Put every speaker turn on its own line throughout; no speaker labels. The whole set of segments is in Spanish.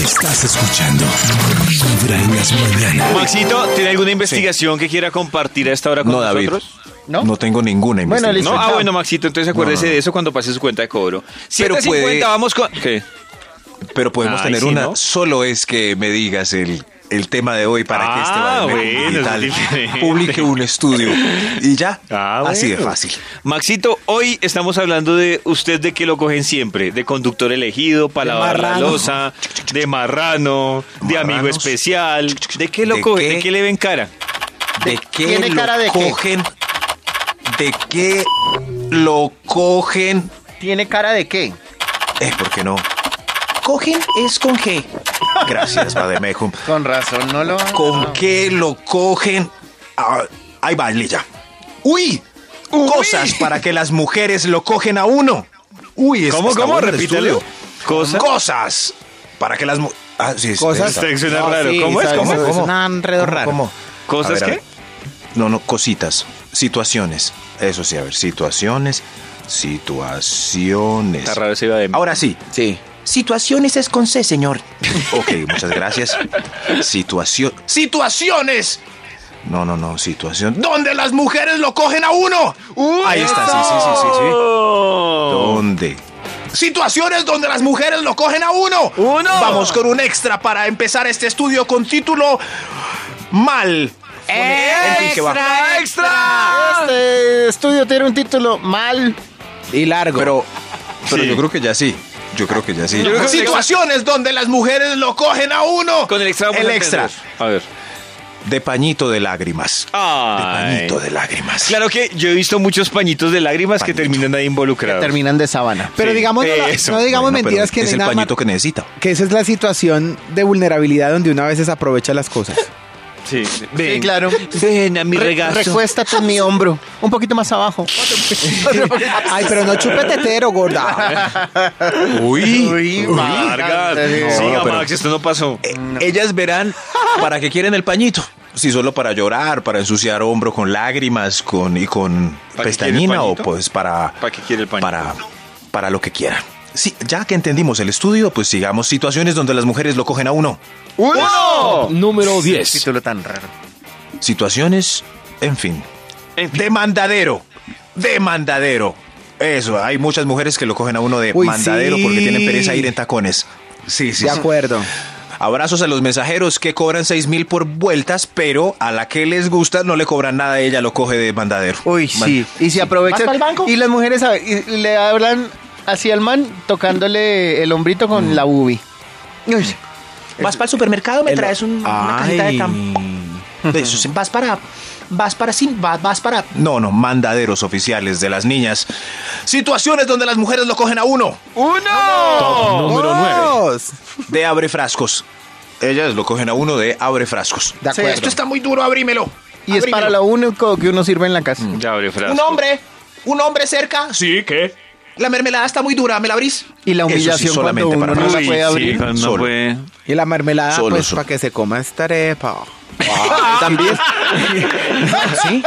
Estás escuchando Vibra en las mañanas.
Maxito, ¿tiene alguna investigación que quiera compartir a esta hora con
No, David.
nosotros?
¿No?
¿No?
tengo ninguna
Bueno,
investigación.
No,
Listo,
ah,
chao.
bueno, Maxito, entonces acuérdese
No, no,
de eso cuando pase su cuenta de cobro.
Pero
750,
puede-
vamos con... ¿Qué?
Pero podemos
Ay,
tener
Ah, sí,
una.
¿no?
Solo es que me digas el, el tema de hoy para que este
Ah, bueno,
Valverde
es diferente.
digital publique un estudio. Y ya,
Ah,
así de
bueno.
fácil.
Maxito, hoy estamos hablando de usted de que lo cogen siempre, de conductor elegido, para
De
lavar la
marrano.
losa, de marrano, de amigo
Marranos.
especial, de qué lo
¿De
cogen,
qué?
de qué le ven cara.
¿De qué
tiene
lo
cara de qué?
cogen? ¿De qué lo cogen?
¿Tiene cara de qué?
Eh, ¿por qué no? Cogen es con G. Gracias, Bademejum.
Con razón, no lo.
¿Con
Ah.
no.
qué lo cogen? Ah, ahí va, ya. ¡Uy! Cosas para que las mujeres lo cogen a uno. Uy, es
¿Cómo,
está
cómo?
bueno el
Repítelo.
estudio.
¿Cosa?
Cosas para que las mu- ah, sí, es-
Cosas.
está.
Este suena
No,
raro.
sí,
¿Cómo es?
sabe,
¿Cómo
sabe.
es?
Es un enredo raro.
¿Cosas
A ver, a
qué?
ver. No, no, cositas, situaciones. Eso sí, a ver, situaciones, situaciones.
Está raro ese iba de mí.
Ahora sí,
Sí.
Situaciones es con C, señor. Ok, muchas gracias. Situación. ¡Situaciones! No, no, no, situación. ¿Dónde las mujeres lo cogen a uno? Ahí está, sí, sí, sí, sí, sí. ¿Dónde? Situaciones donde las mujeres lo cogen a uno.
¡Uno!
Vamos con un extra para empezar este estudio con título Mal. En fin, que va.
Este estudio tiene un título mal y largo.
Pero, pero
Sí.
yo creo que ya sí. Yo creo que ya sí.
Yo creo que-
Situaciones donde las mujeres lo cogen a uno.
Con el extra. vamos
El
a
extra.
entender. A ver.
De pañito de lágrimas.
Ay.
De pañito de lágrimas.
Claro que yo he visto muchos pañitos de lágrimas que
Pañito.
terminan ahí involucrados.
terminan de sabana.
Pero
Sí,
digamos, no, la-
eso.
no digamos
Eh, Bueno,
mentiras
pero
que no
es
hay
el
nada
pañito
más-
que necesita.
que esa es la situación de vulnerabilidad donde una vez se aprovecha las cosas.
Sí,
Sí, claro.
Ven a mi
Re-
regazo.
recuéstate en mi hombro. Un poquito más abajo.
Ay, pero no chupetetero, gorda.
Uy.
Uy,
Vargas.
Vargas.
Siga,
No, pero-
Max, esto no pasó.
Eh, Ellas verán para qué quieren el pañito. Si solo para llorar, para ensuciar hombro con lágrimas, con y con
¿Para qué quiere el
pestañina o
pañito?
pues para
¿Para qué quiere el pañito?
Para para lo que quieran. Sí, ya que entendimos el estudio, pues sigamos situaciones donde las mujeres lo cogen a uno.
¡Uno!
Número
Qué
10.
título tan raro.
Situaciones, en fin.
En fin.
Demandadero. Demandadero. Eso, hay muchas mujeres que lo cogen a uno de
Uy,
mandadero
sí.
porque tienen pereza ir en tacones. Sí, sí.
De
sí.
acuerdo.
Abrazos a los mensajeros que cobran 6 mil por vueltas, pero a la que les gusta no le cobran nada, ella lo coge de mandadero.
Uy,
Man-
sí. Y se aprovechan.
¿Vas pa'l banco?
Y las mujeres a- y le hablan así al man tocándole el hombrito con
Mm.
la bubi. Uy,
Vas para el supermercado, me traes un- una cajita de campo.
Eso sí.
Vas para. Vas para sin. Vas, vas para.
No, no, mandaderos oficiales de las niñas. Situaciones donde las mujeres lo cogen a uno.
¡Uno!
Número 9.
Dos.
De abre frascos. Ellas lo cogen a uno de abre frascos.
De
Sí,
acuerdo.
esto
está muy duro, abrímelo.
Y es para lo único que uno sirve en la casa.
Ya abre frasco.
Un hombre. Un hombre cerca.
Sí, ¿qué?
La mermelada está muy dura, ¿me la abrís?
Y la
Eso sí,
humillación cuando
solamente
uno
para
no la
mí.
puede
Sí,
abrir.
cuando no
Solo.
puede.
Y la mermelada,
Solo,
pues,
solo.
para que se coma esta arepa.
También.
¿Sí?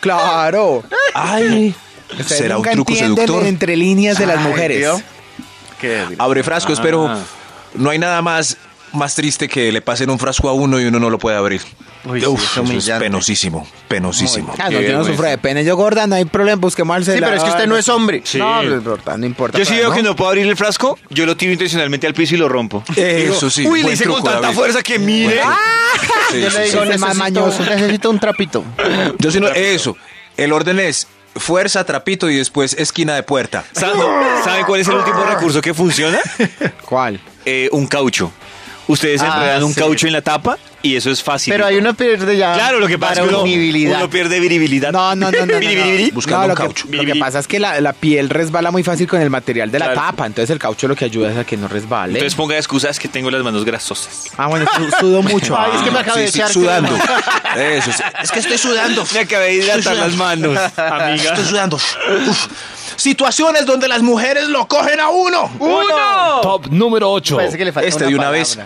claro.
Ay.
Ustedes
¿Será un
nunca
truco
entienden
seductor?
entre líneas de las mujeres.
¿vio?
Abre frascos,
Ah.
pero no hay nada más, más triste que le pasen un frasco a uno y uno no lo puede abrir.
Uy, sí,
Uf,
es
eso es
humillante.
penosísimo, penosísimo.
Ah, no,
Qué
yo no
vergüenza.
sufro de pena. Yo, gorda, no hay problema. Busquemos al
Sí, pero es que usted no es hombre.
Sí.
No, no importa, no importa.
Yo sí veo
¿no?
que no puedo abrir el frasco, yo lo tiro intencionalmente al piso y lo rompo.
Eso sí.
Uy, le
buen
hice
truco,
con tanta
David.
fuerza que
Buen
mire.
truco. Sí,
Yo
sí,
le
sí.
digo,
sí, sí, más
necesito,
mañoso.
necesito un trapito.
Yo sí no- eso. El orden es fuerza, trapito y después esquina de puerta.
¿Saben saben cuál es el último recurso que funciona?
¿Cuál?
Eh, un caucho. Ustedes
Ah,
enredan un
sí.
caucho en la tapa y eso es fácil.
Pero hay uno pierde ya.
Claro, lo que pasa es que uno,
Varaunibilidad.
uno pierde viribilidad.
No, no, no, no. no,
Viri,
no.
viri, viri.
Buscando
No,
un
lo que-
caucho.
lo que pasa es que la, la piel resbala muy fácil con el material de la
Claro.
tapa. Entonces el caucho lo que ayuda es a que no resbale.
Entonces ponga excusas que tengo las manos grasosas.
ah, bueno, su- sudo mucho.
Ay, es que me acabo
Ah, Sí,
de
sí,
echar.
sudando. Eso sí.
Es que estoy sudando.
Me acabé de hidratar las manos, amiga.
Estoy sudando.
Situaciones donde las mujeres lo cogen a uno.
¡Uno!
Top número 8.
Parece que le falta
Este de una
palabra.
vez.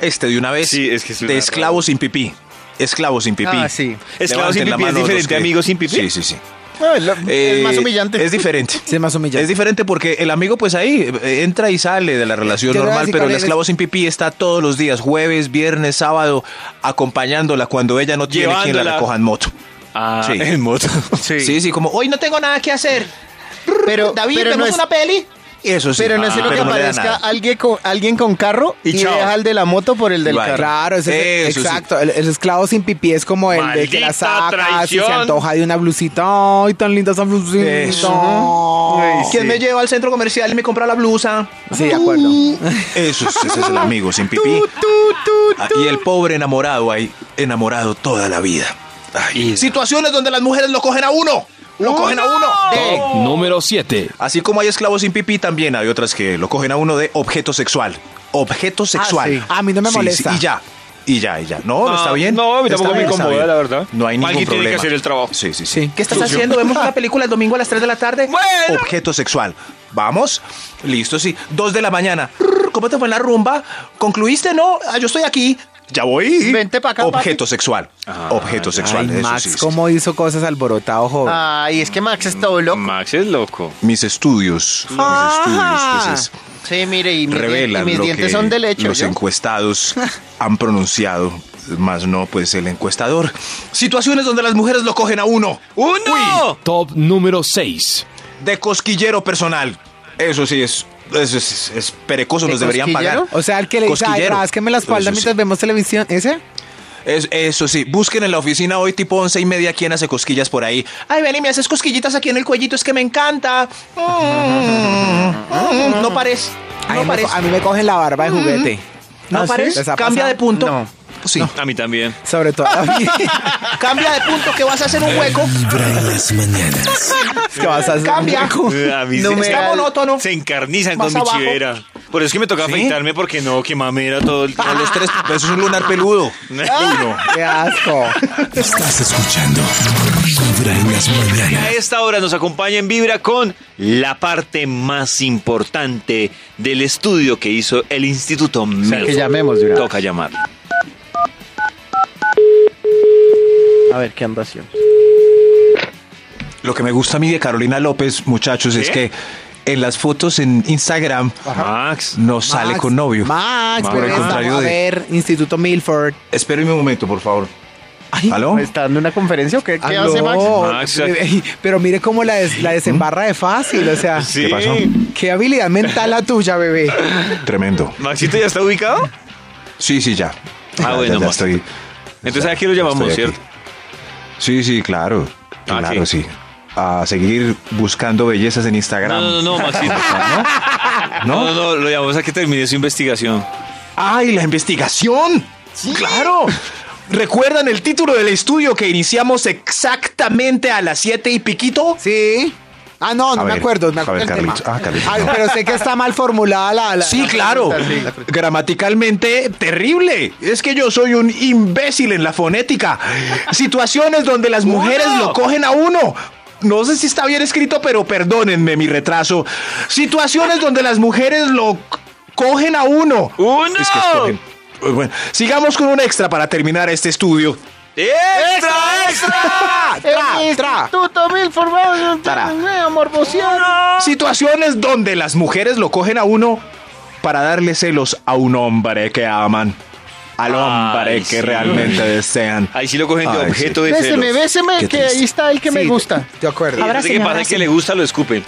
Este de una vez.
Sí, es que es una
de esclavo sin pipí. Esclavo sin pipí.
Ah, sí.
Esclavo sin
Levanten la
pipí es
mano los
diferente a amigo sin pipí.
Sí, sí, sí.
No, es lo- es más
Eh,
humillante.
Es diferente.
Sí, es más humillante.
Es diferente porque el amigo, pues ahí eh, entra y sale de la relación
Yo le voy a
normal,
decir
pero el
cuál es.
esclavo sin pipí está todos los días, jueves, viernes, sábado, acompañándola cuando ella no tiene quien la
Llevándola.
recoja en moto.
Ah,
Sí.
en moto.
Sí. sí, como hoy no tengo nada que hacer.
Pero,
David,
pero
¿vemos
no es,
una peli? Eso sí. Ah,
pero no es lo
pero
que
no le da
aparezca
nada.
alguien, con, alguien con carro y,
Y chao.
deja el de la moto por el del
Right.
carro.
Claro, ese es
Eso sí.
exacto. El, el esclavo sin pipí es como el de que la
Maldita
saca, si se
traición.
antoja de una blusita. Ay, tan linda esa blusita.
Eso.
Ay,
¿Quién
sí.
me lleva al centro comercial y me compra la blusa?
Sí, de acuerdo.
Eso sí, ese es el amigo sin pipí. Ah, Y el pobre enamorado ahí, enamorado toda la vida. Ay. Situaciones donde las mujeres lo cogen a uno. Lo cogen a uno. De-
Número 7.
Así como hay esclavos sin pipí, también hay otras que lo cogen a uno de objeto sexual.
Ah,
Objeto sexual.
sí. A mí no me molesta.
y ya. Y ya, y ya. No, no,
No,
está bien.
no, a mí
Está
tampoco me
bien, está
incomoda,
bien.
la verdad.
No hay ningún
Alguien tiene que
problema.
hacer el trabajo.
Sí, sí, sí.
Sí.
¿Qué estás haciendo? ¿Vemos una película el domingo a las 3 de la tarde?
Bueno.
Objeto sexual. Vamos. Listo, sí. Dos de la mañana. Rrr, ¿Cómo te fue en la rumba? ¿Concluiste? No. Ah, yo estoy aquí. Ya voy.
Vente pa' acá,
Objeto sexual.
Ah,
Objeto sexual.
Ay,
eso
Max,
sí, sí.
cómo hizo cosas alborotado, joven.
Ay, es que Max es todo
Mm.
loco.
Max es loco.
Mis estudios. Mis estudios. pues, es-
Sí, mire, y, mi-
revelan
y mis
lo
dientes
que
son de leche.
los encuestados han pronunciado, más no pues el encuestador. Situaciones donde las mujeres lo cogen a uno Uh,
¡Uno!
Top número 6.
de cosquillero personal. Eso sí es eso es, es perecoso,
¿De
nos deberían pagar.
cosquillero?
o sea, el que le dice, ay,
Cosquillero.
rasqueme la espalda
Eso sí.
mientras vemos televisión. ¿Ese?
Es- eso sí, busquen en la oficina hoy tipo once y media quién hace cosquillas por ahí.
Ay, ven y me haces cosquillitas aquí en el cuellito, es que me encanta. Mm, mm, no pares.
Ay,
No
me co-
pares.
a mí me cogen la barba de juguete.
No
¿Ah, sí?
pares.
¿Les ha
Cambia
pasado?
de punto.
Sí.
A mí también.
Sobre todo a mí.
Cambia de punto que vas a hacer un hueco.
Vibra en las mañanas.
Es que vas a hacer-
Cambia.
Eh, A mí se,
Está monótono.
se encarnizan
Más
con mi
abajo.
chivera. Por eso es que me toca afeitarme porque no, que mamera todo el
A los tres, eso es un lunar peludo.
Uno.
Qué asco.
Estás escuchando Vibra en las
A
mañanas.
esta hora nos acompaña en Vibra con la parte más importante del estudio que hizo el Instituto Melford.
que llamemos de una
Toca llamar.
A ver, ¿qué anda haciendo?
Lo que me gusta a mí de Carolina López, muchachos, es
¿Qué?
que en las fotos en Instagram
Max.
no sale
Max,
con novio.
Max,
Por
pero
el
estamos
contrario
a
de-
ver, Instituto Milford.
Espéreme un momento, por favor.
Ay,
¿Aló?
¿Está dando una conferencia o qué, qué
aló.
hace Max?
Max,
Ey, Pero mire cómo la, des- la desembarra de fácil, o sea,
Sí.
pasó?
qué habilidad mental la tuya, bebé.
Tremendo.
¿Maxito ya está ubicado?
Sí, sí, ya. Ya, ya,
bueno,
ya
Maxito.
estoy.
Entonces
Ya,
aquí lo
ya
llamamos,
estoy aquí.
¿cierto?
Sí, sí, claro.
Ah,
claro, sí. A seguir buscando bellezas en Instagram.
No, no, no, Maxito. ¿No? no, no, lo llamamos a que termine su investigación.
¡Ay, la investigación! ¡Claro! ¿Recuerdan el título del estudio que iniciamos exactamente a las 7 y piquito?
Sí. Ah, no, no
A
me
ver,
acuerdo, me
a
acuerdo
ver,
el tema.
Carlitos. Ah, Carlitos,
Ay,
no.
pero sé que está mal formulada la, la-
Sí,
la
claro.
pregunta, sí.
Gramaticalmente terrible. Es que yo soy un imbécil en la fonética. Situaciones donde las mujeres
¡Uno!
lo cogen a uno. No sé si está bien escrito, pero perdónenme mi retraso. Situaciones donde las mujeres lo c- cogen a uno.
Uh,
¡Uno!
Es que escogen. Eh, Bueno, sigamos con un extra para terminar este estudio.
¡Extra, extra!
El Instituto Milford, vamos, amor, emoción.
Situaciones donde las mujeres lo cogen a uno para darle celos a un hombre que aman. Al hombre
Ay,
que
sí.
realmente desean.
Ahí sí lo cogen de
Ay,
objeto de celos.
Béseme, béseme,
Qué
que
triste.
ahí está el que me
Sí,
gusta.
De acuerdo.
Ahora
Abráceme,
que pasa es que
abráceme.
le gusta, lo escupen.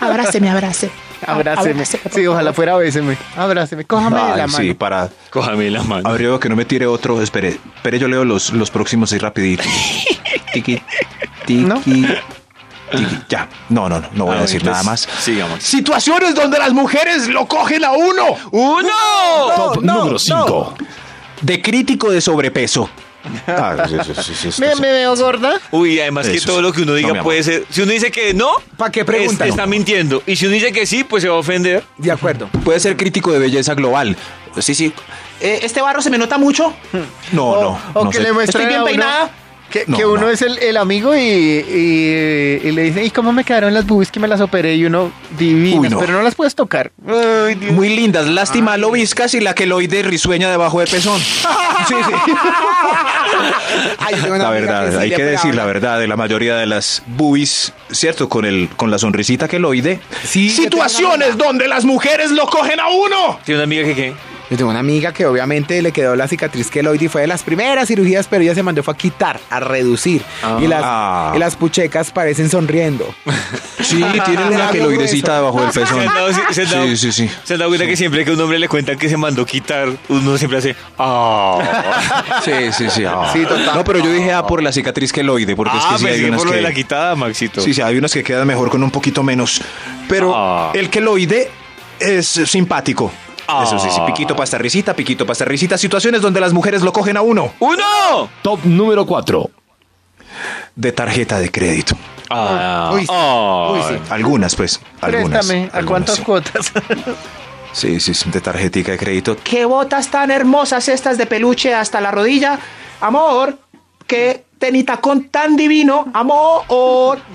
Abráceme, abrace.
Abráceme. Sí, ojalá fuera béseme. Abráceme, cójame de la
Ay, sí,
mano.
para.
Cójame la mano.
Abreu, que no me tire otro. Espere, espere, yo leo los, los próximos y rapidito. Tiki, tiki,
¿No?
tiki. Ya, no, no, no, no voy a
Ah,
decir nada
entonces,
más.
sigamos.
Situaciones donde las mujeres lo cogen a uno.
Uh,
¡Uno!
Top número 5.
De crítico de sobrepeso. Ah, sí, sí, sí, sí, sí,
¿Me,
sí.
me veo gorda?
Uy, además que
Eso
todo
sí.
lo que uno
No,
diga
mi amor.
puede ser. Si uno dice que no,
¿Pa' qué preguntan?
es- está mintiendo. Y si uno dice que sí, pues se va a ofender.
De acuerdo.
Puede ser crítico de belleza global. Sí, sí.
Eh, este barro se me nota mucho.
No, no.
o
no
que
sé.
le muestre
Estoy bien peinada.
Que,
No,
que uno
no.
es el, el amigo y, y- y le dicen, ¿y cómo me quedaron las boobies que me las operé? Y uno, divinas,
Uy, no.
pero no las puedes tocar. Ay, Dios.
Muy lindas, lástima lo viscas y la queloide risueña debajo de pezón. Sí, sí.
Ay, yo tengo una
La
amiga
verdad,
sí
hay
le
que
operaba
decir
una-
la verdad de la mayoría de las buis, ¿cierto? Con el con la sonrisita que lo oide.
Sí, yo tengo una
Situaciones donde las mujeres lo cogen a uno.
Tiene una amiga que qué.
Yo tengo una amiga que obviamente le quedó la cicatriz queloide y fue de las primeras cirugías, pero ella se mandó fue a quitar, a reducir. Y, las,
Ah.
y las puchecas parecen sonriendo.
Sí, tienen una
Labio
queloidecita debajo del
Se
pezón.
han dado, se han dado-
Pues Sí, sí, sí.
se han dado cuenta que siempre que a un hombre le cuentan que se mandó quitar, uno siempre hace. "Ah".
Sí, sí, sí. ah.
Sí, total.
No, pero yo dije ah por la cicatriz queloide, porque es
ah,
que sí hay
pensé que
unas
por lo de la
que
quitada, Maxito.
Sí, sí, hay unas que quedan mejor con un poquito menos, pero
Ah.
el queloide es simpático.
Ah.
Eso sí, sí, piquito pasta risita, piquito pasta risita, situaciones donde las mujeres lo cogen a uno
¡Uno!
Top número 4.
de tarjeta de crédito.
Ah,
Uy, sí.
ah.
Uy, sí.
Algunas, pues. Algunas.
Préstame, ¿a
algunas,
cuántas
sí.
cuotas?
Sí, sí, sí, de tarjetica de crédito.
Qué botas tan hermosas estas de peluche hasta la rodilla. Amor, qué tenitacón tan divino. Amor,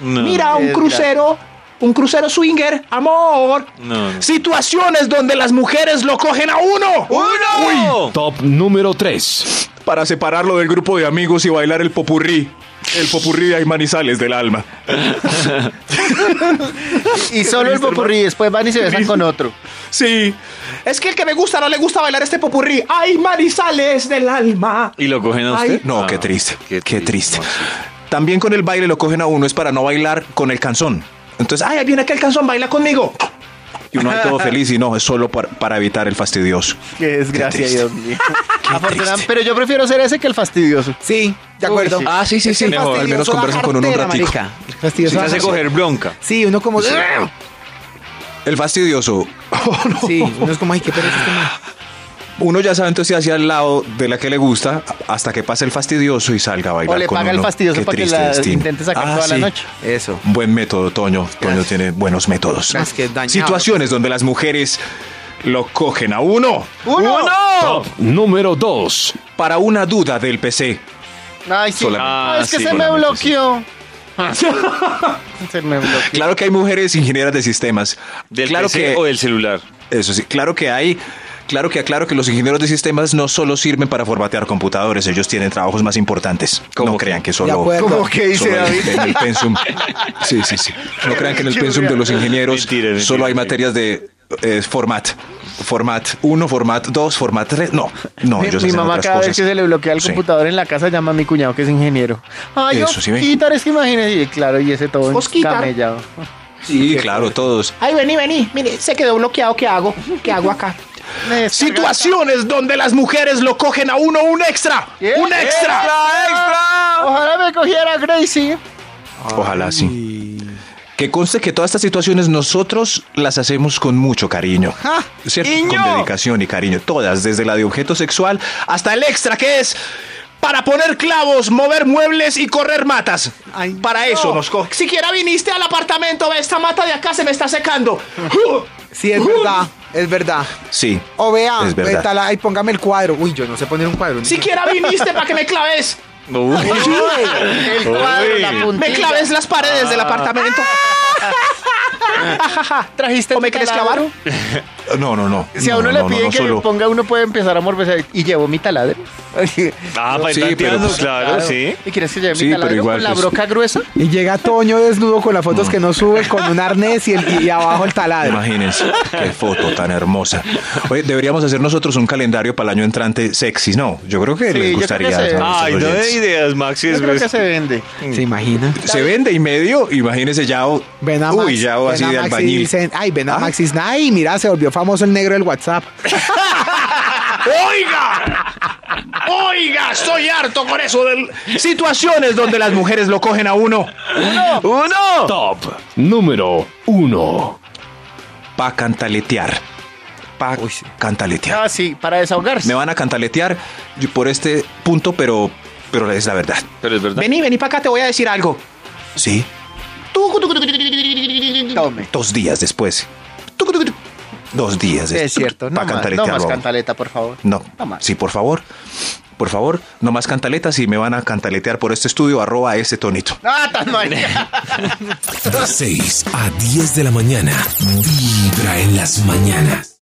No,
mira un
es
crucero, un crucero swinger. Amor.
No, no.
Situaciones donde las mujeres lo cogen a uno.
Uh. ¡Uno!
Top número 3.
Para separarlo del grupo de amigos y bailar el popurrí. El popurrí de manizales del alma.
y solo el popurrí, después van y se besan con otro.
Sí.
Es que el que me gusta no le gusta bailar este popurrí. Ay, Marisales del alma.
¿Y lo cogen a
Ay,
usted?
No,
Ah,
qué triste. Qué, triste.
Maxito.
También con el baile lo cogen a uno, es para no bailar con el canzón. Entonces, ay,
Ay, ahí viene aquel canzón, baila conmigo.
y uno ahí todo feliz y no, es solo para, para evitar el fastidioso.
Qué desgracia,
triste.
Dios mío. Afortunadamente,
triste.
pero yo prefiero ser ese que el fastidioso.
Sí, de
Uy,
acuerdo.
sí.
Ah, sí, sí, sí.
El
Mejor, al
fastidioso
menos
da
conversan con uno un
cartera,
ratico.
marica. El fastidioso
Se
da
hace
cartera.
coger bronca.
Sí, uno como...
El fastidioso.
Sí, uno es como, ay, qué pereza este man.
Uno ya sabe entonces hacia el lado de la que le gusta hasta que pase el fastidioso y salga a bailar.
O le
con
paga el
uno.
fastidioso
Qué
para que
triste
la
destino.
intente sacar
Ah,
toda la
sí.
noche.
Eso.
Buen método, Toño. Toño tiene buenos métodos.
Gracias, que es dañado.
Situaciones donde las mujeres lo cogen a uno
¡Uno!
Top número 2.
para una duda del PC.
Ay, sí.
Solamente.
Ah, es que
sí,
se me
solamente,
bloqueó. se me bloqueó.
Claro que hay mujeres ingenieras de sistemas.
¿Del
claro
PC
que
o del celular?
eso sí, claro que hay. Claro que aclaro que los ingenieros de sistemas no solo sirven para formatear computadores, ellos tienen trabajos más importantes.
¿Cómo
no
que?
crean que
De
solo
acuerdo.
¿Cómo que dice
Solo en-
David?
En el pensum. Sí, sí, sí. No crean que en el pensum de los ingenieros
Mentira, mentira,
solo hay
mentira.
materias de eh, format. Format 1, format 2, format 3. No, no,
Mi-
ellos
mi
hacen
mamá
otras
cada vez
cosas.
que se le bloquea el
Sí.
computador en la casa llama a mi cuñado que es ingeniero. Ay, yo
Eso sí ve.
quitar es que imagínese. Y claro, y ese todo
Osquitar.
camellado.
Sí, claro, todos.
Ay, vení, vení. Mire, se quedó bloqueado. ¿Qué hago? ¿Qué hago acá?
Situaciones donde las mujeres lo cogen a uno un extra.
Yeah.
¡Un extra!
Ojalá me cogiera Gracie.
Ojalá sí. Que conste que todas estas situaciones nosotros las hacemos con mucho cariño. ¿Cierto? Con dedicación y cariño. Todas, desde la de objeto sexual hasta el extra que es para poner clavos, mover muebles y correr matas. para eso nos coge.
Siquiera viniste al apartamento, ve esta mata de acá se me está secando. Uh.
Sí, es verdad, es verdad.
Sí.
O vea,
Es verdad.
vétala, ay, póngame el cuadro. Uy, yo no sé poner un cuadro.
Siquiera viniste para que me claves.
El cuadro, la puntilla.
Me claves las paredes del apartamento.
¿Trajiste
¿O
tu
me querés
taladro?
clavar?
No, no, no.
Si a
No,
uno
no,
le
no,
piden
no
que
solo-
le ponga uno puede empezar a morberse y llevo mi taladro.
Ah, para ir
Sí, pero
tanteando,
pues,
claro, sí.
¿Y quieres que lleve
Sí,
mi
pero
taladro
igual,
con la
pues.
broca gruesa?
Y llega Toño desnudo con las fotos que no sube, con un arnés y, el, y abajo el taladro.
Imagínense, qué foto tan hermosa. Oye, deberíamos hacer nosotros un calendario para el año entrante sexy, ¿no? Yo creo que
Sí,
les
yo creo que
gustaría.
se-
a nuestros
Ay, no de
oyentes.
ideas, Maxi.
Yo
es
creo que
grueso.
se vende.
¿Se imagina?
Se vende y medio, imagínese ya. o-
Ven a Max,
Uy, ya o
ven
así
a
de
Max y
albañil.
dicen, ay, ven a
Ah.
Max y dicen, ay, mira, se volvió famoso el negro del WhatsApp.
¡Oiga! ¡Oiga! Estoy harto con eso de situaciones donde las mujeres lo cogen a uno.
¡Uno!
Top número 1.
Pa' cantaletear. Pa' cantaletear.
Ah, sí, para desahogarse.
Me van a cantaletear yo por este punto, pero, pero es la verdad.
Pero es verdad.
Vení, vení para acá, te voy a decir algo.
Sí,
Tú,
Tome.
dos días después. Dos días después.
Es cierto, no
Pa'
más,
cantaletear.
no más
bobo.
cantaleta, por favor.
No.
No más.
Sí, por favor. Por favor, no más cantaletas y me van a cantaletear por este estudio arroba ese tonito.
Ah, tan marica.
6 a 10 de la mañana. Vibra en las mañanas.